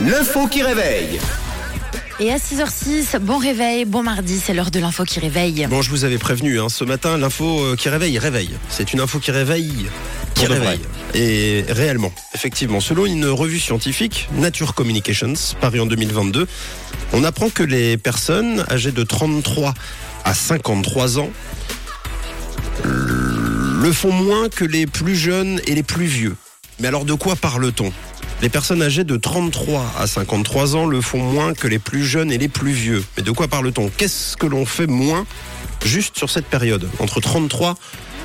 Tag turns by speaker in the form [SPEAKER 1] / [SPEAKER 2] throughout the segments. [SPEAKER 1] L'info qui réveille.
[SPEAKER 2] Et à 6h06, bon réveil, bon mardi, c'est l'heure de l'info qui réveille.
[SPEAKER 3] Bon, je vous avais prévenu, hein, ce matin, l'info euh, qui réveille, réveille. C'est une info qui réveille, qui
[SPEAKER 1] Pour de
[SPEAKER 3] réveille. Et réellement, effectivement, selon une revue scientifique, Nature Communications, parue en 2022, on apprend que les personnes âgées de 33 à 53 ans le font moins que les plus jeunes et les plus vieux. Mais alors de quoi parle-t-on Les personnes âgées de 33 à 53 ans le font moins que les plus jeunes et les plus vieux. Mais de quoi parle-t-on Qu'est-ce que l'on fait moins juste sur cette période Entre 33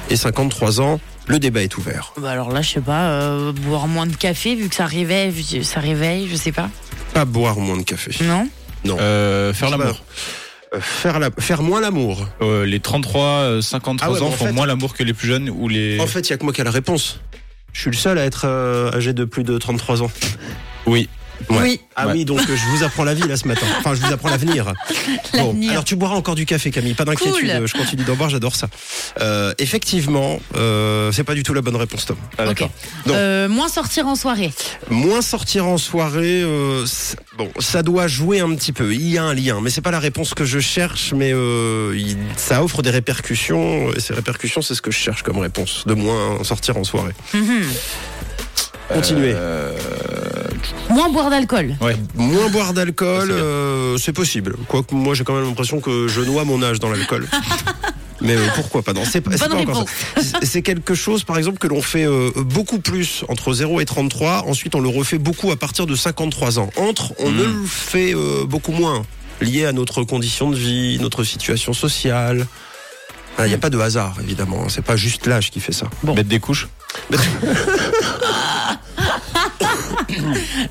[SPEAKER 3] et 53 ans, le débat est ouvert.
[SPEAKER 2] Bah alors là, je sais pas, euh, boire moins de café vu que ça réveille, vu que ça réveille, je sais pas.
[SPEAKER 3] Pas boire moins de café.
[SPEAKER 2] Non
[SPEAKER 3] Non.
[SPEAKER 4] Euh, faire
[SPEAKER 3] Je sais pas.
[SPEAKER 4] l'amour.
[SPEAKER 3] Euh, Faire, la- faire moins l'amour.
[SPEAKER 4] Euh, les 33, euh, 53
[SPEAKER 3] Ah ouais, mais
[SPEAKER 4] ans
[SPEAKER 3] en
[SPEAKER 4] font
[SPEAKER 3] fait-
[SPEAKER 4] moins l'amour que les plus jeunes ou les.
[SPEAKER 3] En fait, il n'y a que moi qui a la réponse. Je suis le seul à être euh, âgé de plus de 33 ans.
[SPEAKER 4] Oui.
[SPEAKER 3] Ouais.
[SPEAKER 2] Oui.
[SPEAKER 3] Ah
[SPEAKER 4] Ouais.
[SPEAKER 3] oui, donc euh, je vous apprends la vie là ce matin. Enfin, je vous apprends l'avenir.
[SPEAKER 2] L'avenir.
[SPEAKER 3] alors tu boiras encore du café, Camille. Pas d'inquiétude.
[SPEAKER 2] Cool.
[SPEAKER 3] Je continue d'en boire. J'adore ça. Euh, effectivement, euh, c'est pas du tout la bonne réponse, Tom.
[SPEAKER 4] Ah,
[SPEAKER 2] Ok.
[SPEAKER 4] d'accord.
[SPEAKER 3] Non.
[SPEAKER 2] Euh, moins sortir en soirée.
[SPEAKER 3] Moins sortir en soirée, euh, c'est- bon, ça doit jouer un petit peu. Il y a un lien, mais c'est pas la réponse que je cherche. Mais euh, il- ça offre des répercussions. Et ces répercussions, c'est ce que je cherche comme réponse. De moins sortir en soirée.
[SPEAKER 2] Mhm.
[SPEAKER 3] Continuez.
[SPEAKER 2] Moins boire d'alcool.
[SPEAKER 4] Ouais.
[SPEAKER 3] Moins boire d'alcool,
[SPEAKER 4] Ça, c'est bien.
[SPEAKER 3] euh, c'est possible. Quoique moi j'ai quand même l'impression que je noie mon âge dans l'alcool. Mais euh, pourquoi pas Non, c'est pas, c'est
[SPEAKER 2] Bonne
[SPEAKER 3] pas encore ça. C'est- C'est quelque chose, par exemple, que l'on fait euh, beaucoup plus entre 0 et 33. Ensuite, on le refait beaucoup à partir de 53 ans. Entre,
[SPEAKER 4] Hmm.
[SPEAKER 3] on ne le fait euh, beaucoup moins, lié à notre condition de vie, notre situation sociale. Ah, Il n'y a pas de hasard, évidemment. hein. C'est pas juste l'âge qui fait ça.
[SPEAKER 4] Mettre des couches.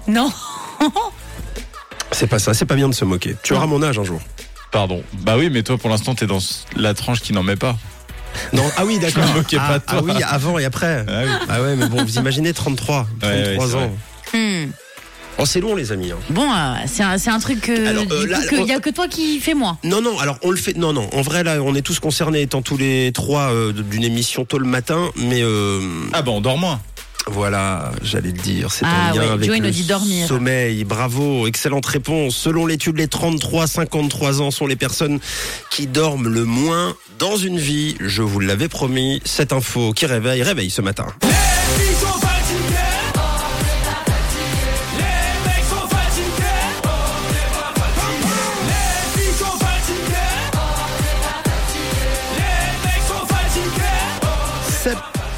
[SPEAKER 2] Non.
[SPEAKER 3] C'est pas ça. C'est pas bien de se moquer. Tu auras mon âge un jour.
[SPEAKER 4] Pardon. Bah oui, mais toi pour l'instant t'es dans la tranche qui n'en met pas.
[SPEAKER 3] Non, ah oui, d'accord.
[SPEAKER 4] Je me moquais
[SPEAKER 3] ah,
[SPEAKER 4] pas de toi.
[SPEAKER 3] ah oui, avant et après.
[SPEAKER 4] Ah oui.
[SPEAKER 3] Ah ouais, mais bon, vous imaginez 33, 33
[SPEAKER 4] Ouais, ouais, c'est
[SPEAKER 3] ans.
[SPEAKER 4] vrai.
[SPEAKER 2] Hmm.
[SPEAKER 3] Oh, c'est long, les amis. hein.
[SPEAKER 2] Bon, euh, c'est un, c'est un truc que.
[SPEAKER 3] Alors, euh,
[SPEAKER 2] du
[SPEAKER 3] là,
[SPEAKER 2] coup, que-
[SPEAKER 3] on-
[SPEAKER 2] y a que toi qui fais moins.
[SPEAKER 3] Non, non, alors on le fait. Non, non, en vrai, là, on est tous concernés, étant tous les trois euh, d'une émission tôt le matin, mais euh,
[SPEAKER 4] Ah bah on dort moins.
[SPEAKER 3] voilà, j'allais le dire, c'est
[SPEAKER 2] Ah
[SPEAKER 3] en lien
[SPEAKER 2] ouais,
[SPEAKER 3] avec
[SPEAKER 2] Joey
[SPEAKER 3] le
[SPEAKER 2] nous dit dormir.
[SPEAKER 3] sommeil. Bravo, excellente réponse. Selon l'étude, les 33-53 ans sont les personnes qui dorment le moins dans une vie. Je vous l'avais promis, cette info qui réveille, réveille ce matin.
[SPEAKER 5] Les filles sont fatiguées. Les mecs sont fatigués. Les filles sont fatiguées. Les mecs sont fatigués.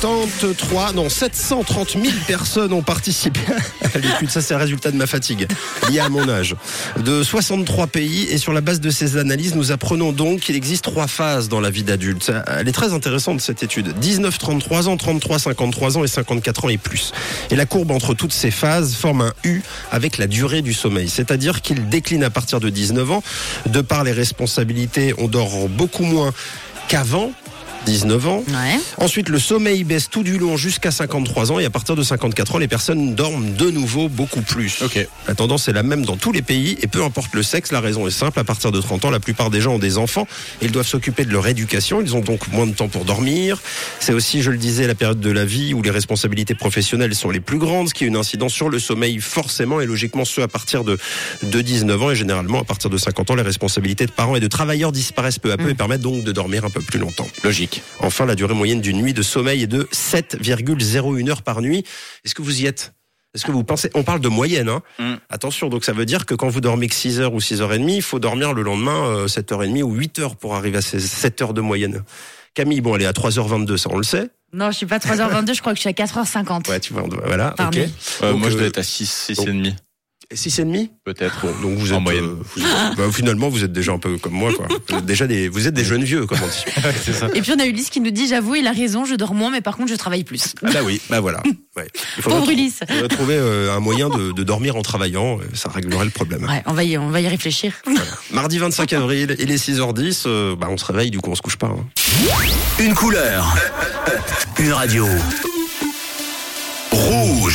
[SPEAKER 3] 73, non, 730 000 personnes ont participé à l'étude. Ça, c'est le résultat de ma fatigue, liée à mon âge. De 63 pays, et sur la base de ces analyses, nous apprenons donc qu'il existe trois phases dans la vie d'adulte. Ça, Elle est très intéressante, cette étude. 19, 33 ans, 33, 53 ans et 54 ans et plus. Et la courbe entre toutes ces phases forme un U avec la durée du sommeil. C'est-à-dire qu'il décline à partir de 19 ans. De par les responsabilités, on dort beaucoup moins qu'avant 19 ans.
[SPEAKER 2] Ouais.
[SPEAKER 3] Ensuite, le sommeil baisse tout du long jusqu'à 53 ans et à partir de 54 ans, les personnes dorment de nouveau beaucoup plus.
[SPEAKER 4] Ok.
[SPEAKER 3] La tendance est la même dans tous les pays et peu importe le sexe, la raison est simple. À partir de 30 ans, la plupart des gens ont des enfants et ils doivent s'occuper de leur éducation. Ils ont donc moins de temps pour dormir. C'est aussi, je le disais, la période de la vie où les responsabilités professionnelles sont les plus grandes, ce qui a une incidence sur le sommeil forcément et logiquement ceux à partir de, de 19 ans et généralement à partir de 50 ans, les responsabilités de parents et de travailleurs disparaissent peu à peu et permettent donc de dormir un peu plus longtemps.
[SPEAKER 4] Logique.
[SPEAKER 3] Enfin, la durée moyenne d'une nuit de sommeil est de 7,01 heures par nuit. Est-ce que vous y êtes Est-ce que vous pensez On parle de moyenne, hein
[SPEAKER 4] Mm.
[SPEAKER 3] Attention, donc ça veut dire que quand vous dormez que 6 heures ou 6 heures et demie, il faut dormir le lendemain euh, 7 heures et demie ou 8 heures pour arriver à ces 7 heures de moyenne. Camille, bon, elle est à 3h22, ça on le sait.
[SPEAKER 2] Non, je suis pas 3h22, je crois que je suis à 4h50.
[SPEAKER 3] Ouais, tu vois, on doit- voilà,
[SPEAKER 2] Par
[SPEAKER 3] ok.
[SPEAKER 2] nuit.
[SPEAKER 4] Euh,
[SPEAKER 3] Donc,
[SPEAKER 4] moi je
[SPEAKER 3] euh,
[SPEAKER 4] dois être à 6, 6
[SPEAKER 3] donc-
[SPEAKER 4] et demi.
[SPEAKER 3] 6 et demi
[SPEAKER 4] Peut-être.
[SPEAKER 3] Bon, donc vous
[SPEAKER 4] En
[SPEAKER 3] êtes
[SPEAKER 4] moyenne.
[SPEAKER 3] euh, vous êtes- bah, finalement, vous êtes déjà un peu comme moi, quoi. Vous êtes déjà des, vous êtes des jeunes vieux, comme on dit.
[SPEAKER 4] c'est ça.
[SPEAKER 2] Et puis on a Ulysse qui nous dit j'avoue, il a raison, je dors moins, mais par contre, je travaille plus.
[SPEAKER 3] Ah bah oui, bah voilà. Ouais. Il faudrait
[SPEAKER 2] Pauvre
[SPEAKER 3] trou-
[SPEAKER 2] Ulysse.
[SPEAKER 3] faudrait trouver euh, un moyen de, de dormir en travaillant, euh, ça réglerait le problème.
[SPEAKER 2] Ouais, on va y, on va y réfléchir.
[SPEAKER 3] Mardi 25 avril, il est 6h10, euh, bah on se réveille, du coup on se couche pas. hein.
[SPEAKER 1] Une couleur. Une radio. Rouge.